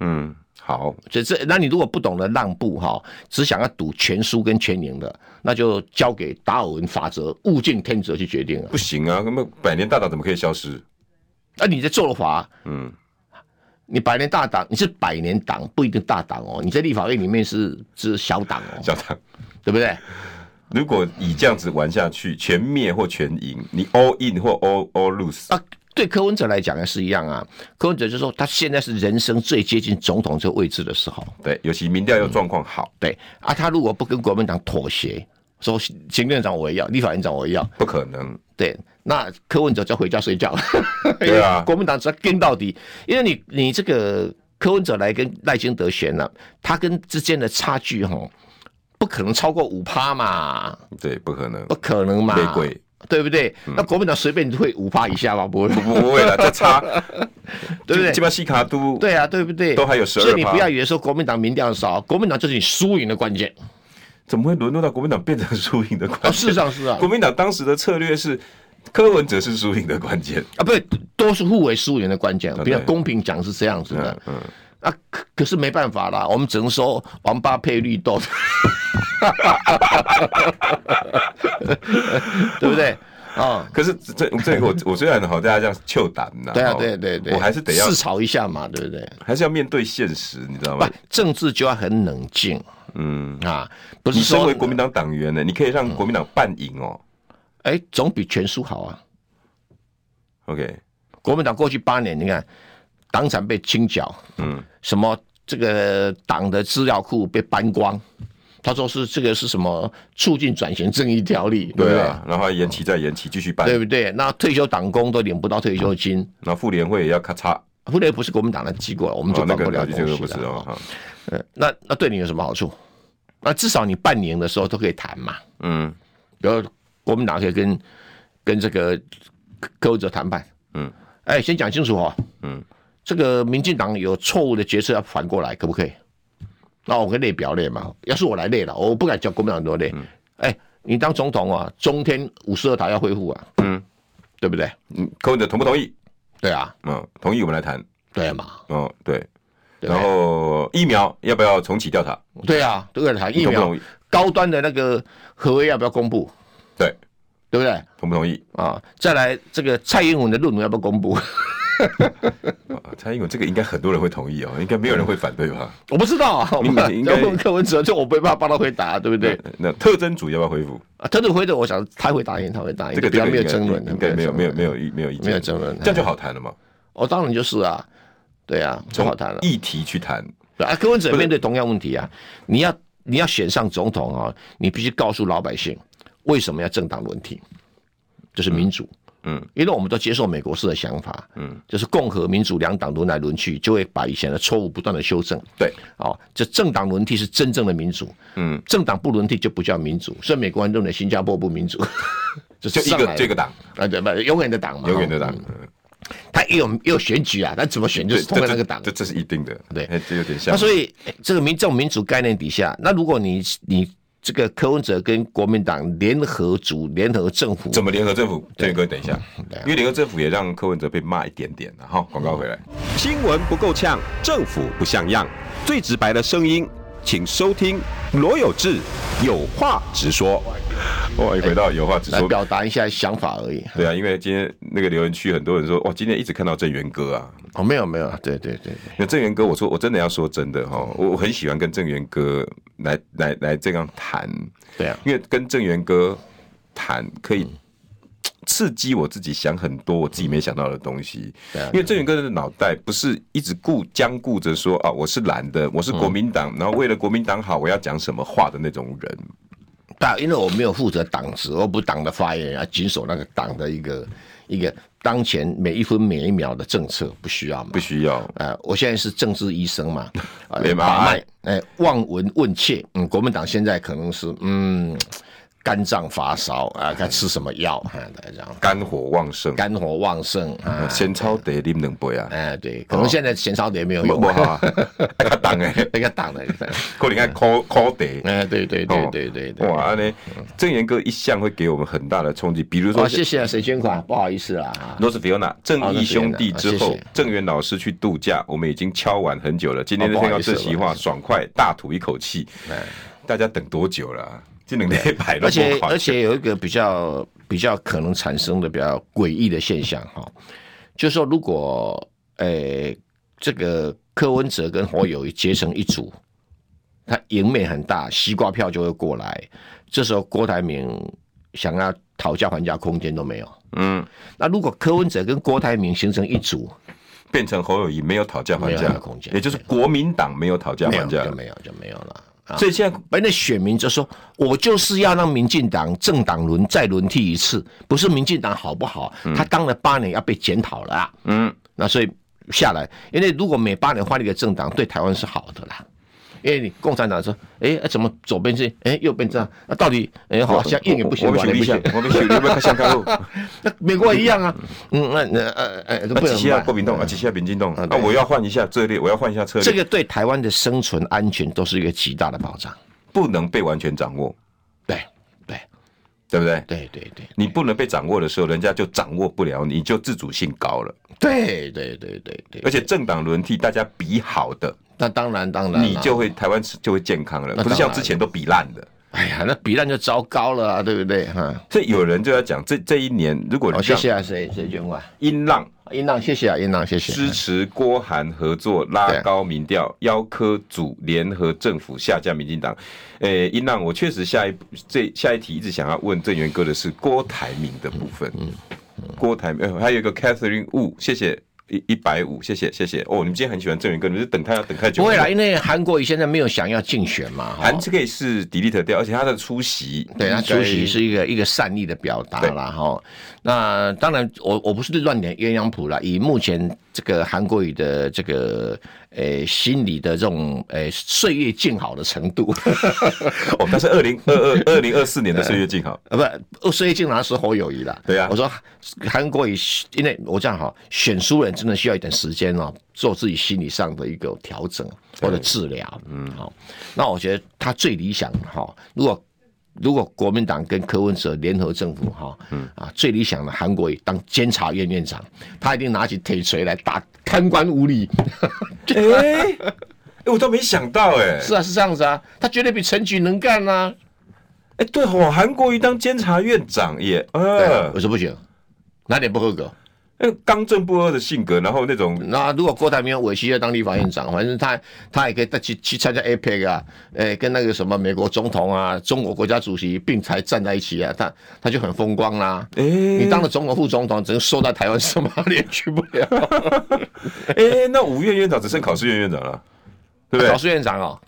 嗯，好，这这，那你如果不懂得让步哈，只想要赌全输跟全赢的，那就交给达尔文法则物竞天择去决定了。不行啊！那么百年大党怎么可以消失？那、啊你在做的法，嗯，你百年大党，你是百年党，不一定大党哦。你在立法院里面是是小党哦，小党，对不对？如果以这样子玩下去，全灭或全赢，你 all in 或 all all lose，啊，对柯文哲来讲也是一样啊。柯文哲就说他现在是人生最接近总统这个位置的时候。对，尤其民调又状况好，对啊，他如果不跟国民党妥协，说行政院长我也要，立法院长我也要，不可能。对，那柯文哲就回家睡觉了。对啊因为国民党只要跟到底，因为你你这个柯文哲来跟赖清德选了、他跟之间的差距哈，不可能超过五趴嘛，对，不可能不，可能嘛，没鬼，对不对？嗯那国民党随便会五趴以下吧，不会，不不会了，再差， 对不对基本上西卡都对啊，对不对？都还有12%所以你不要以为说国民党民调少，国民党就是你输赢的关键。怎么会沦落到国民党变成输赢的关啊， 键？事实上是啊国，民党当时的策略是柯文哲是输赢的关键。啊，不对，都是互为输赢的关键，对比较公平讲是这样子的。嗯，啊，可可是没办法啦，我们只能说王八配绿豆， 对不对？ 啊、可是这这这个我我虽然好大家这样臭胆呐，对啊，哦对对对，我还是得要自嘲一下嘛，对不对？还是要面对现实，你知道不吗？，政治就要很冷静嗯，啊，不是你身说嗯为国民党党员呢，你可以让国民党半赢哦。哎，总比全输好啊。 OK，国民党过去八年，你看党产被清剿，嗯，什么这个党的资料库被搬光，他说是这个是什么促进转型正义条例，对不对对？啊，然后延期再延期，继续办，对不对？那退休党工都领不到退休金，然后妇联会也要咔嚓，后来不是国民党的机构了，我们就哦，那个管不了了解这东个西不是了。哦，哈呃那那对你有什么好处？那至少你半年的时候都可以谈嘛，嗯比如国民党可以跟跟这个柯文哲谈判，嗯，哎，先讲清楚哦，嗯，这个民进党有错误的决策要反过来，可不可以？那我跟列表列嘛，要是我来列了，我不敢叫国民党多列。嗯哎、你当总统啊，中天五十二台要恢复啊，嗯，对不对？嗯，柯文哲同不同意？对啊，嗯，同意我们来谈，对嘛，哦，对，对不对然后疫苗要不要重启调查？对啊，对不对？你疫同不苗同意？高端的那个合约要不要公布？对，对不对？同不同意？啊，再来这个蔡英文的论文要不要公布？啊蔡英文这个应该很多人会同意哦，应该没有人会反对吧？我不知道 啊，我你们应要该问柯文哲，这我没办法帮他回答，对不对？那，那特征组要不要恢复？啊，特鲁回的，我想他会答应，他会答应，这个哎比这较个没有应该争论的，应该没有没有没有。有意没有意见，没有争论这样就好谈了嘛。哦，当然就是啊，对啊，不好谈了。议题去谈，对啊，柯文哲不是面对同样问题啊，你要你要选上总统啊、你必须告诉老百姓为什么要政党轮替，这是民主。嗯，因为我们都接受美国式的想法，嗯，就是共和、民主两党轮来轮去，就会把以前的错误不断的修正。对，哦，这政党轮替是真正的民主，嗯，政党不轮替就不叫民主，所以美国人认为新加坡不 民主，就就一个这个个党，啊，对吧？永远的党嘛，永远的哦党，，他也有也有选举啊，他怎么选就对是通过那个党这，这是一定的，对哎这有点像那。所以哎这个民众民主概念底下，那如果你你这个柯文哲跟国民党联合组联合政府，怎么联合政府？建哥，等一下，对啊因为联合政府也让柯文哲被骂一点点了哈。广告回来，新闻不够呛，政府不像样，最直白的声音，请收听罗有志有话直说。哇，一回到有话直来说。表达一下想法而已。对啊，因为今天那个留言区很多人说，哇，今天一直看到郑源哥啊。哦，没有没有，对对对对，那郑源哥，我说我真的要说真的哈，我我很喜欢跟郑源哥来来来这样谈，对啊，因为跟郑源哥谈可嗯以刺激我自己想很多我自己没想到的东西。对啊因为郑源哥的脑袋不是一直顾僵固着说啊，我是蓝的，我嗯是国民党，然后为了国民党好，我要讲什么话的那种人。但因为我没有负责党职，我不是党的发言人，要谨守那个党的一个一个当前每一分每一秒的政策，不需要嘛不。需要，呃，我现在是政治医生嘛，呃 没嘛把脉，哎、望闻问切，嗯，国民党现在可能是嗯，肝脏发烧啊，该吃什么药啊，大家这样，肝火旺盛，肝火旺盛啊，先超得你们能不啊？哎、对，可能现在咸烧的也没有不用，不好啊，爱较重诶， 那个党的，可能爱苦苦得。哎、对对对对对对，哇，安尼郑源哥一向会给我们很大的冲击，比如哇，说谢谢啊，谁捐款？不好意思啊，罗斯菲欧娜正义兄弟之哦后那是，郑源老师去度假，我们已经敲完很久了。今天哦不好听意思到这席不好话，爽快大吐一口气。大家等多久了啊？这两天摆了而且多而且有一个比较比较可能产生的比较诡异的现象哈、就是说如果诶、呃这个柯文哲跟侯友谊结成一组，他赢面很大，西瓜票就会过来。这时候郭台铭想要讨价还价空间都没有。嗯，那如果柯文哲跟郭台铭形成一组，变成侯友谊没有讨价还没有价那个空间也就是国民党没有讨价没还有价就，没有就没有了。啊所以现在而那选民就说：“我就是要让民进党政党轮再轮替一次，不是民进党好不好？他当了八年要被检讨了、啊。”嗯，那所以下来，因为如果每八年换一个政党，对台湾是好的啦。因为你共产党说：“哎、啊怎么左边是哎、右边这样？那、到底哎、好像硬也不行，我们软也选不立行宪。，啊我们选立宪，看香港路。那美国也一样啊。嗯，那那呃呃都啊，不几能下办国民党啊，几下民进党啊，对我要换一下策略，我要换一下策略，这个对台湾的生存安全都是一个极大的保障。不能被完全掌握，对对对不对？对对对。你不能被掌握的时候，人家就掌握不了你，你就自主性高了。对对对对对，而且政党轮替，大家比好的，那当然当然啦，你就会台湾就会健康了，那不是当像然之前都比烂的。哎呀，那比烂就糟糕了、啊，对不对？哈、所以有人就要讲，这这一年如果好、让谢谢啊，谁谁捐款？音浪英朗，谢谢啊，英朗，谢谢。支持郭韩合作拉高民调，邀科组联合政府下架民进党。诶、音浪，我确实下一这下一题一直想要问郑源哥的是郭台铭的部分。嗯郭台铭、呃还有一个 Catherine Wu，谢谢一一百五，谢谢谢谢。哦，你们今天很喜欢郑源哥，你们是等他要等太久不了。会啦，因为韩国瑜现在没有想要竞选嘛，哈韩这个也是 delete 掉，而且他的哦出席，对他出席是一个一个善意的表达啦，哈。那当然我，我不是乱点鸳鸯谱啦。以目前这个韩国语的这个呃心理的这种呃岁月静好的程度，哦，但是二零二 二二零二四年的岁月静好，啊，不，所以竟然是侯友谊啦。对啊我说韩国瑜，因为我这样哈，选书人真的需要一点时间哦，做自己心理上的一个调整或者治疗。嗯，好，那我觉得他最理想的哈，如果如果国民党跟柯文哲联合政府哈，嗯啊，最理想的韩国瑜当监察院院长，他一定拿起铁锤来打贪官污吏。哎、哎我倒没想到、哎，是啊，是这样子啊，他绝对比陈菊能干啊。哎、对哦，韩国瑜当监察院长也，对啊，呃我，说不行，哪点不合格？那个哎刚正不阿的性格，然后那种那如果郭台铭有委屈要当立法院长，反正他他也可以再去去参加 APEC 啊，诶、跟那个什么美国总统啊、中国国家主席并才站在一起啊，他他就很风光啦、哎、 你当了总统、副总统，只能缩在台湾什么也去不了。哎、那五院院长只剩考试院院长了，对不考 对？试院长哦，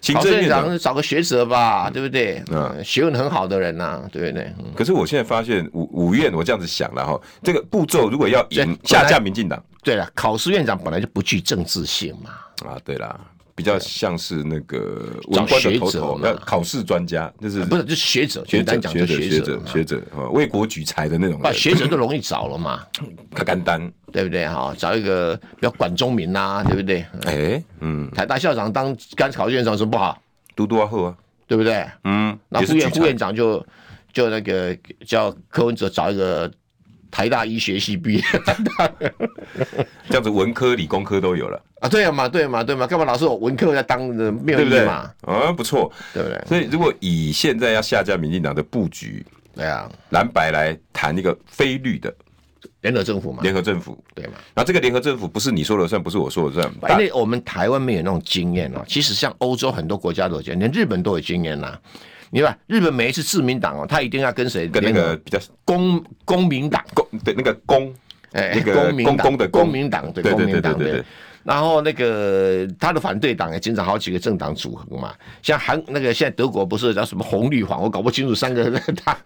行考政院院长长找个学者吧，对不对？嗯嗯，学问很好的人呐，对不对？嗯可是我现在发现五五院，我这样子想了哈，这个步骤如果要赢对下架民进党对了，考试院长本来就不具政治性嘛，啊，对啦，比较像是那个找文官的学头者头，嘛要考试专家，就是不是就是学者，学简者单讲学就者学学者者嘛，学者啊，为国举才的那种把人，学者都容易找了嘛，他敢担对不对？哈，找一个比较管中民呐，对不对？哎，嗯，台大校长当干考试院长有什么不好？嘟嘟啊后啊，对不对？嗯，那也副是举院副才院长就就那个叫柯文哲找一个台大医学系毕业 这样子文科理工科都有了，啊，对啊嘛，对嘛，对嘛，干嘛老是我文科在当呃没有对不意对？义嘛，啊，不错。对不对？所以如果以现在要下架民进党的布局，对啊，蓝白来谈一个非绿的联合政府嘛，联合政府，对嘛。然后这个联合政府不是你说了算，不是我说了算，因为我们台湾没有那种经验哦，其实像欧洲很多国家都有经验，连日本都有经验呐、你看日本每一次自民党哦，他一定要跟谁跟那联个合比较公公民党，公对那个公哎，那个公民党公公的公公民党对对对公民党对对对对对。然后那个他的反对党也经常好几个政党组合嘛，像韩那个现在德国不是叫什么红绿黄，我搞不清楚三个 党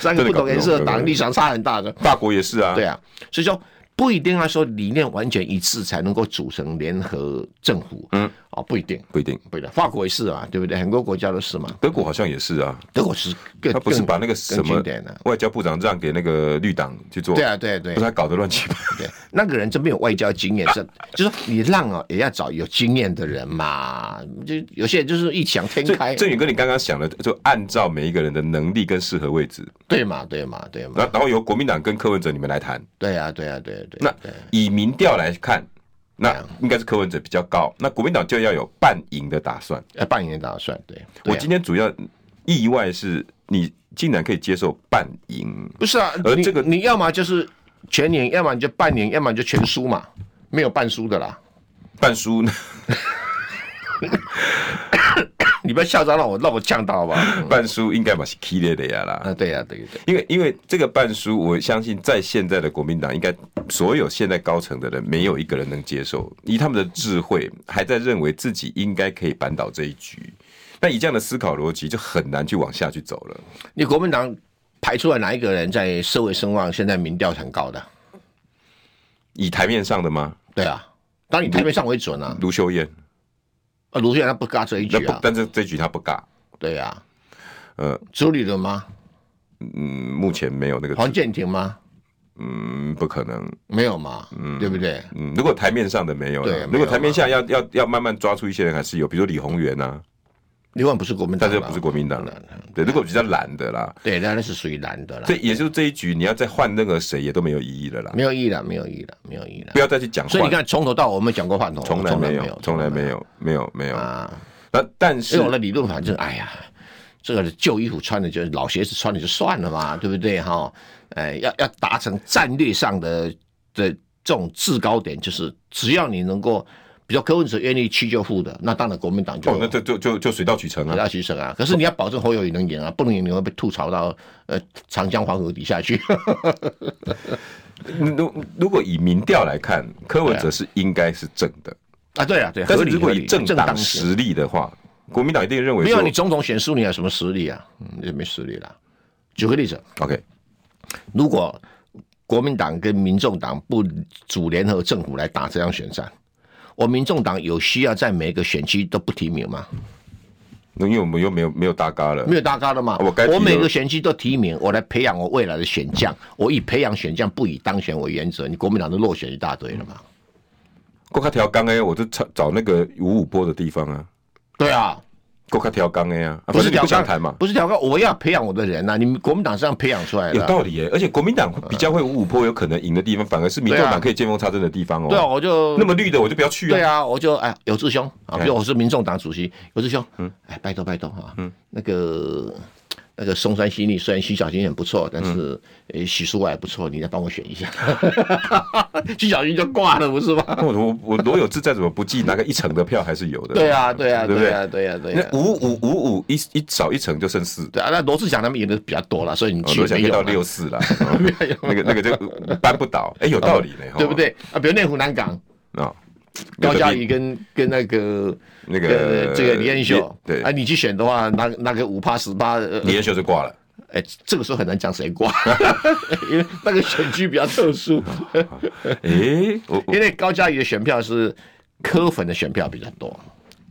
三个不同颜色的真的搞不懂党立场差很大的，法国也是啊，对啊，所以说不一定要说理念完全一致才能够组成联合政府，嗯，哦不一定，不一定。不一定，法国也是啊，对不对？很多国家都是嘛，德国好像也是啊，德国是更他不是更把那个什更么经典的，外交部长让给那个绿党去做，对啊对啊对不是啊他搞得乱七八糟。对，那个人真没有外交经验，是就是说你让啊，也要找有经验的人嘛。就有些人就是异想天郑开，郑宇哥，你刚刚想的，就按照每一个人的能力跟适合位置，对嘛，对嘛，对嘛，然后然后由国民党跟柯文哲你们来谈。对呀、啊，对呀、啊，对呀、啊，对啊、那对啊以民调来看，那啊应该是柯文哲比较高，那国民党就要有半赢的打算。要半年打算，对，对我啊今天主要意外是你竟然可以接受半赢，不是啊，而你呃这个你要么就是全年，要么你就半年，要么你就全输嘛，没有半输的啦。半输呢？ 你不要嚣张，让我让我呛到好 不好？嗯半输应该嘛是 K 的的呀啦。啊，对呀、啊，对对，因为因为这个半书，我相信在现在的国民党，应该所有现在高层的人，没有一个人能接受。以他们的智慧，还在认为自己应该可以扳倒这一局。那以这样的思考逻辑，就很难去往下去走了。你国民党排出来哪一个人在社会声望现在民调是很高的？以台面上的吗？对啊，当你台面上为准啊，卢秀燕，啊卢秀燕她不嘎这一嗯那局不啊，，但是这局他不尬。对呀、啊。呃，朱立伦吗？嗯，目前没有那个，黄建庭吗？嗯，不可能。没有嘛，嗯，对不对？嗯，如果台面上的没有对了，没有如果台面下要要要慢慢抓出一些人，还是有，比如说李鸿源啊，另外不是国民党但嘛，是不是国民党不的然呢，对，如果比较懒的啦，对，那那是属于蓝的啦这，也就是这一局，你要再换任何谁也都没有意义了啦。没有意义了，没有意义了，没有意义了不。要再去讲所以你换，看，从头到尾我们讲过饭桶，从来没有，从来没有有，没有没有。啊。那但因是为我的理论反正，哎呀，这个旧衣服穿的就老鞋子穿的就算了嘛，对不对哈？哎，要要达成战略上的的这种制高点，就是只要你能够，比如说柯文哲愿意去就付的，那当然国民党就哦，那就就就就水到渠成水啊。到渠成啊！可是你要保证侯友宜能赢啊，不能赢你会被吐槽到呃长江黄河底下去。 如如果以民调来看，柯文哲是应该是正的，啊，对啊，对，但合是理如果合以理政正党当性，实力的话，国民党一定认为没有啊你说总统选输，你有什么实力啊？嗯，也没实力啦。举个例子， ，OK，如果国民党跟民众党不组联合政府来打这场选战，我民众党有需要在每个选区都不提名吗？那因为我们又没有没有搭嘎了没，有大咖的嘛。我该提的啊我每个选区都提名，我来培养我未来的选将，我以培养选将不以当选为原则，你国民党都落选一大堆了嘛。过卡条刚 A，我就找找那个五五波的地方啊，对啊，过卡条刚 A 啊，啊反正你挑不战想谈嘛。不是挑高，我要培养我的人啊呐、你们国民党是这样培养出来有的啊。道理耶、而且国民党比较会五五波有可能赢的地方，反而是民众对啊党可以见缝插针的地方哦、对啊，我就那么绿的我就不要去对啊。啊，我就哎，有志兄啊，哎比如我是民众党主席，有志兄，嗯，哎，拜托拜托啊，嗯，那个那个松山犀利，虽然徐小新很不错，但嗯是呃，许淑华也不错，你再帮我选一下， 徐小新就挂了，不是吗？那我我我罗有志再怎么不济，拿个一成的票还是有的。对啊，对啊，对不对对啊，对啊，对啊那。五五五五一一少一成就剩四，对啊，那罗志祥他们赢的比较多了，所以你哦去罗翔没可以到有六了，四 啦，哦那个那个就搬不倒，哎，有道理呢，对不对？啊，比如内湖南港，哦？啊，高嘉瑜跟跟那个那个呃这个李彦秀，对啊，你去选的话，拿拿个五趴十趴，呃李彦秀就挂 了。哎，这个时候很难讲谁挂， 因为那个选区比较 特殊，诶，我我因为高嘉瑜的选票是科粉的选票比较多，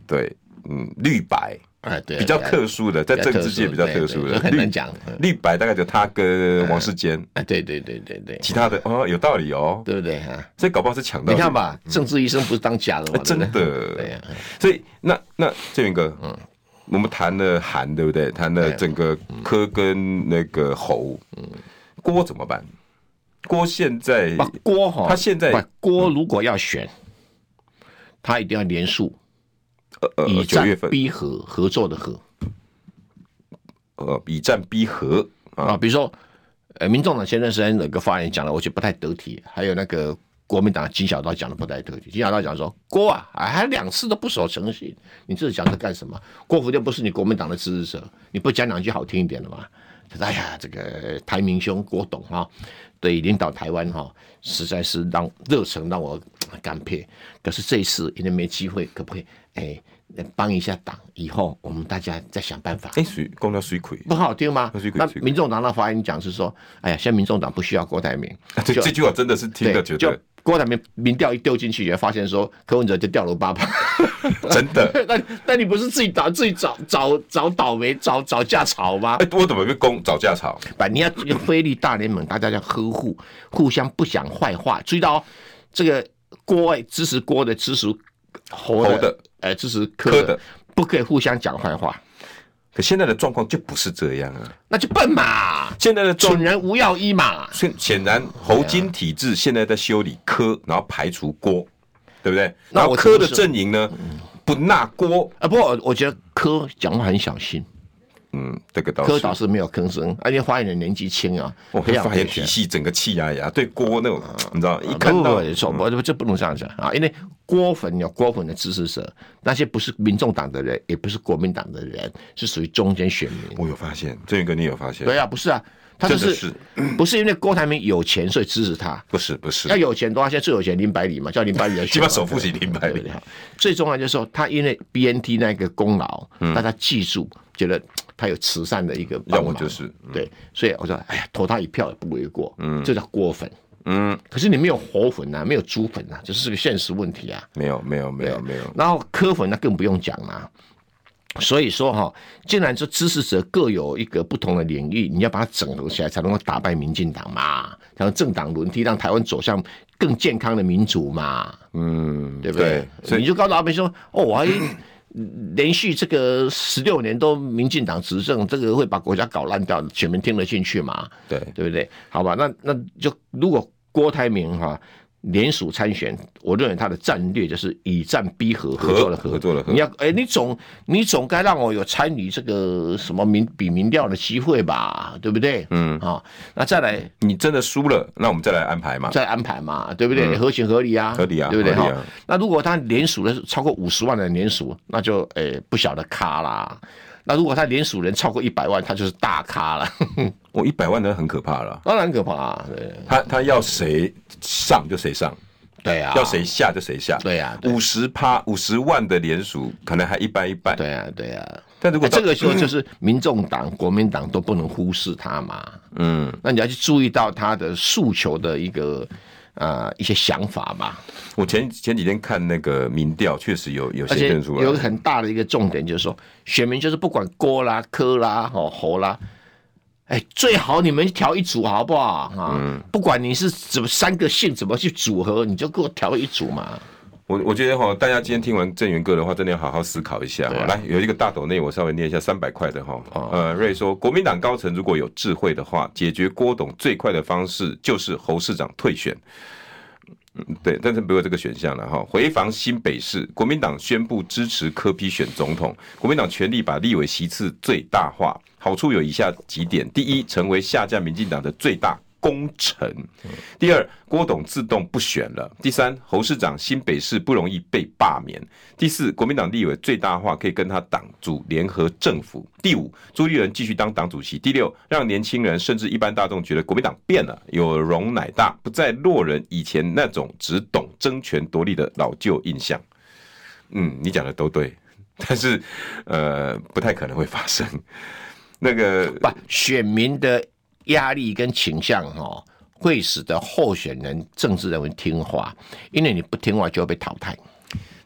对，嗯，绿白哎，对，比较对特殊的，在比较政特治界殊比较对特对殊所的，以很绿难讲嗯绿白大概就他跟王世坚，哎，对对对对对，其他的哦有道理哦，对不对啊？所以搞不好是抢到你的。看吧，政治医生不是当假的嗯哎嘛，真对不对的，对呀，啊所以那那建云哥，嗯，我们谈了韩对不对？谈了整个科跟那个侯，嗯，郭怎么办？郭现在把郭哈，他现在把郭如果要选，他一定要连署，呃呃以九月战份逼和合作的和呃以战逼和啊，啊，比如说，呃，民众党前段时间有个发言讲的，我觉得不太得体，还有那个国民党金小刀讲的不太得体，金小刀讲说郭啊，啊还两次都不守诚信，你这是讲这干什么？郭福又不是你国民党的支持者，你不讲两句好听一点的吗？他说哎呀，这个台明兄郭董哈、对领导台湾哈、实在是让热忱让我呃感佩。可是这一次因为没机会，可不可以哎帮一下党？以后我们大家再想办法。哎，水公交水 亏，不好听吗那是一？个那这个民众党的发言讲是说，哎呀，现在民众党不需要郭 台铭，这这句话真的是听对，的觉就得郭台铭民调一丢进去，也发现说柯文哲就掉了八趴。 真的。那那你不是自己找自己找找找倒霉找找架吵吗？哎，我怎么被攻找架吵？把你要菲利大联盟，大家要呵护，互相不讲坏话。注意到、哦、这个郭哎，支持郭的，支持侯侯的，呃，支持柯柯的，的不可以互相讲坏话，可现在的状况就不是这样啊！那就笨嘛，现在的状蠢人无药医嘛。显显然侯金体制现在在修理柯，然后排除郭，对不对？那然后我柯就的是阵营呢，不纳郭，啊，不过我我觉得柯讲话很小心，嗯，这个倒柯是。导是没有吭声，而且发言人年纪轻啊，我培看养发言培训体系整个气压压对郭那种，你知道，一啊看不不到不，错，不这不能这样讲啊，因为郭粉有郭粉的支持者，那些不是民众党的人，也不是国民党的人，是属于中间选民。我有发现，郑源哥你有发现？对啊，不是啊，他就是真不是因为郭台铭有钱所以支持他，不是不是要，有钱的话，现在最有钱林百里嘛，叫林百 里来选嘛，基本首富级林百里对不对最重要就是说，他因为 BNT 那个功劳，大家记住，觉得嘖他有慈善的一个帮要嗯忙我就是对，所以我说，哎呀，投他一票也不为过，嗯，这叫锅粉。嗯，可是你没有活粉呐、啊，没有猪粉呐、啊，这是个现实问题啊。没有没有没有没有，然后科粉那更不用讲啦、所以说哈、既然说支持者各有一个不同的领域，你要把它整合起来，才能够打败民进党嘛，才能政党轮替，让台湾走向更健康的民主嘛，嗯，对不对？所以你就告诉阿扁说，哦，我还连续这个十六年都民进党执政，这个会把国家搞烂掉，选民听得进去嘛？对对不对？好吧，那那就如果郭台铭哈、联署参选，我认为他的战略就是以战逼和，合作的和，合作的和你要哎，你总你总该让我有参与这个什么民比民调的机会吧，对不对？嗯啊、那再来你真的输了，那我们再来安排嘛。再安排嘛，对不对？合情合理啊，嗯合理啊对不对？合理啊哈那如果他连署的是超过五十万的连署，那就诶、不小的咖啦。那如果他连署人超过一百万，他就是大咖了，我一百万人很可怕了， 当然可怕、啊。对他他要谁上就谁上，对啊，要谁下就谁下。对啊对五十趴五十万的联署可能还一半一半，对啊，对啊。但如果那到嗯这个时候就是民众党、国民党都不能忽视他嘛。嗯，那你要去注意到他的诉求的一个呃一些想法嘛。我前前几天看那个民调，确实有有而显且现出有一个来，很大的一个重点就是说，选民就是不管郭啦、柯啦、哦侯啦，哎，最好你们调一组好不好啊？嗯不管你是怎么三个姓怎么去组合，你就给我调一组嘛。我我觉得哈，大家今天听完郑源哥的话，真的要好好思考一下哈。来，有一个大斗内，我稍微念一下三百块的哈。呃，瑞说，国民党高层如果有智慧的话，解决郭董最快的方式就是侯市长退选。嗯，对，但是没有这个选项了哈。回防新北市，国民党宣布支持柯批选总统，国民党全力把立委席次最大化，好处有以下几点：第一，成为下架民进党的最大。功臣。第二，郭董自动不选了。第三，侯市长新北市不容易被罢免。第四，国民党立委最大化可以跟他党组联合政府。第五，朱立伦继续当党主席。第六，让年轻人甚至一般大众觉得国民党变了，有容乃大，不再落人以前那种只懂争权夺利的老旧印象。嗯，你讲的都对，但是呃，不太可能会发生。那个不，选民的压力跟倾向哈、哦，会使得候选人、政治人物听话，因为你不听话就会被淘汰。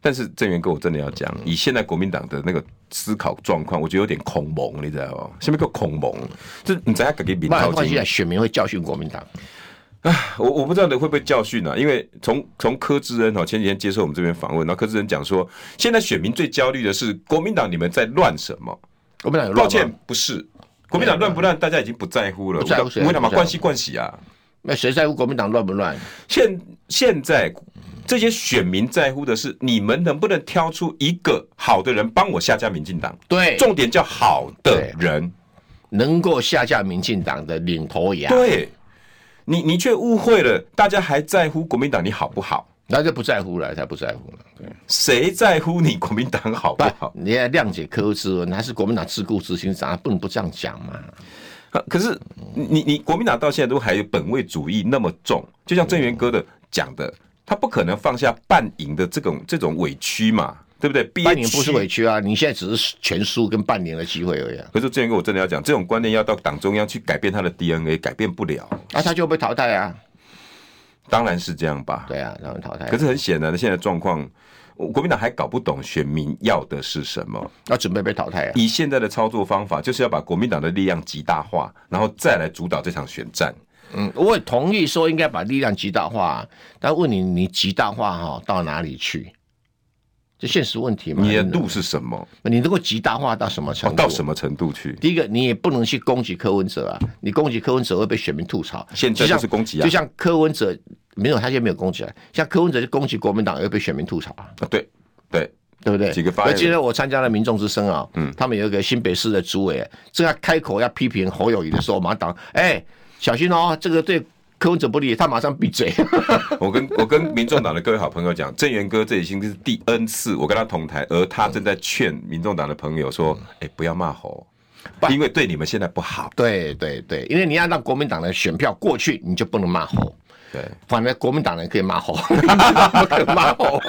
但是郑源哥，我真的要讲，嗯以现在国民党的那个思考状况，我觉得有点恐蒙，你知道吗？什么叫恐蒙？这你怎样给民不然调的话，进现在选民会教训国民党。我我不知道你会不会教训啊，因为从从柯志恩哦前几天接受我们这边访问，然后柯志恩讲说，现在选民最焦虑的是国民党你们在乱什么？国民党有抱乱歉吗？，嗯不是国民党乱不乱，大家已经不在乎了。不在乎谁为什么不在乎关系关系啊？那谁在乎国民党乱不乱？现现在这些选民在乎的是你们能不能挑出一个好的人帮我下架民进党，对，重点叫好的人。能够下架民进党的领头羊，对，你你却误会了，大家还在乎国民党你好不好？那就不在乎了，才不在乎了。对，谁在乎你国民党好不好不，？你要谅解柯志恩，他是国民党自顾执行长，他不能不这样讲嘛。啊可是你你你国民党到现在都还有本位主义那么重，就像郑源哥的讲的，他不可能放下半赢的这种这种委屈嘛，对不对？憋半年不是屈委屈啊，你现在只是全输跟半年的机会而已啊，可是郑源哥，我真的要讲，这种观念要到党中央去改变他的 DNA，改变不了。那、他就被淘汰啊。当然是这样吧。对啊，然后淘汰。可是很显然的，现在状况，我国民党还搞不懂选民要的是什么。要准备被淘汰啊。以现在的操作方法，就是要把国民党的力量极大化，然后再来主导这场选战。嗯，我也同意说应该把力量极大化，但问你，你极大化哈、到哪里去？这现实问题嘛。你的路是什么？你能够极大化到什么哦程度？到什么程度去？第一个，你也不能去攻击柯文哲啊！你攻击柯文哲会被选民吐槽。现在就像就是攻击啊就像柯文哲没有，他现在没有攻击啊。像柯文哲就攻击国民党，也会被选民吐槽啊，啊，对对，对不对？几个发言而今天我参加了民众之声啊，嗯，他们有一个新北市的主委，正要开口要批评侯友谊的时候，马上党哎，小心哦，这个对柯文哲不利，他马上闭嘴。 我跟我跟民众党的各位好朋友讲，郑源哥这已经是第 N 次我跟他同台，而他正在劝民众党的朋友说：“哎、不要骂侯，因为对你们现在不好。对对对，因为你要让国民党的选票过去，你就不能骂侯。”对，反正国民党人可以骂侯， 民进党不可以骂侯。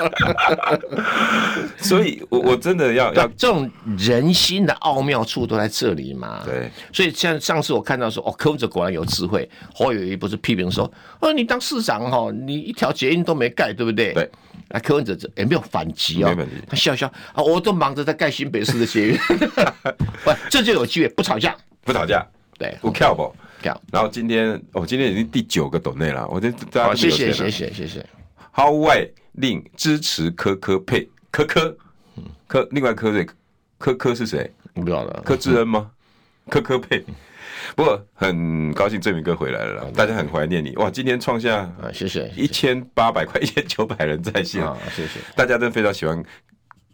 所以我我真的要要对这种人心的奥妙处都在这里嘛。对，所以像上次我看到说，哦，柯文哲果然有智慧。侯友谊不是批评说，哦，你当市长哦，你一条捷运都没盖，对不对？对。那柯文哲这也没有反击哦没问题，他笑笑啊，我都忙着在盖新北市的 捷运，不，这就有机会不吵架。不吵架，对，不跳不。这样。然后今天，我、今天已经第九个抖内了，我这大好，家这谢么有谢，钱谢啊谢，谢谢。号外令支持科科配科科，科另外科瑞科科是谁？你不知道了，柯志恩 吗？科科配。不过很高兴郑明哥回来了啦，大家很怀念你哇！今天创下啊，谢嗯谢，一千八百块、一 千九百人在线，啊，谢谢。大家都非常喜欢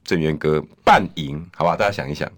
郑源哥半赢，好吧？大家想一想。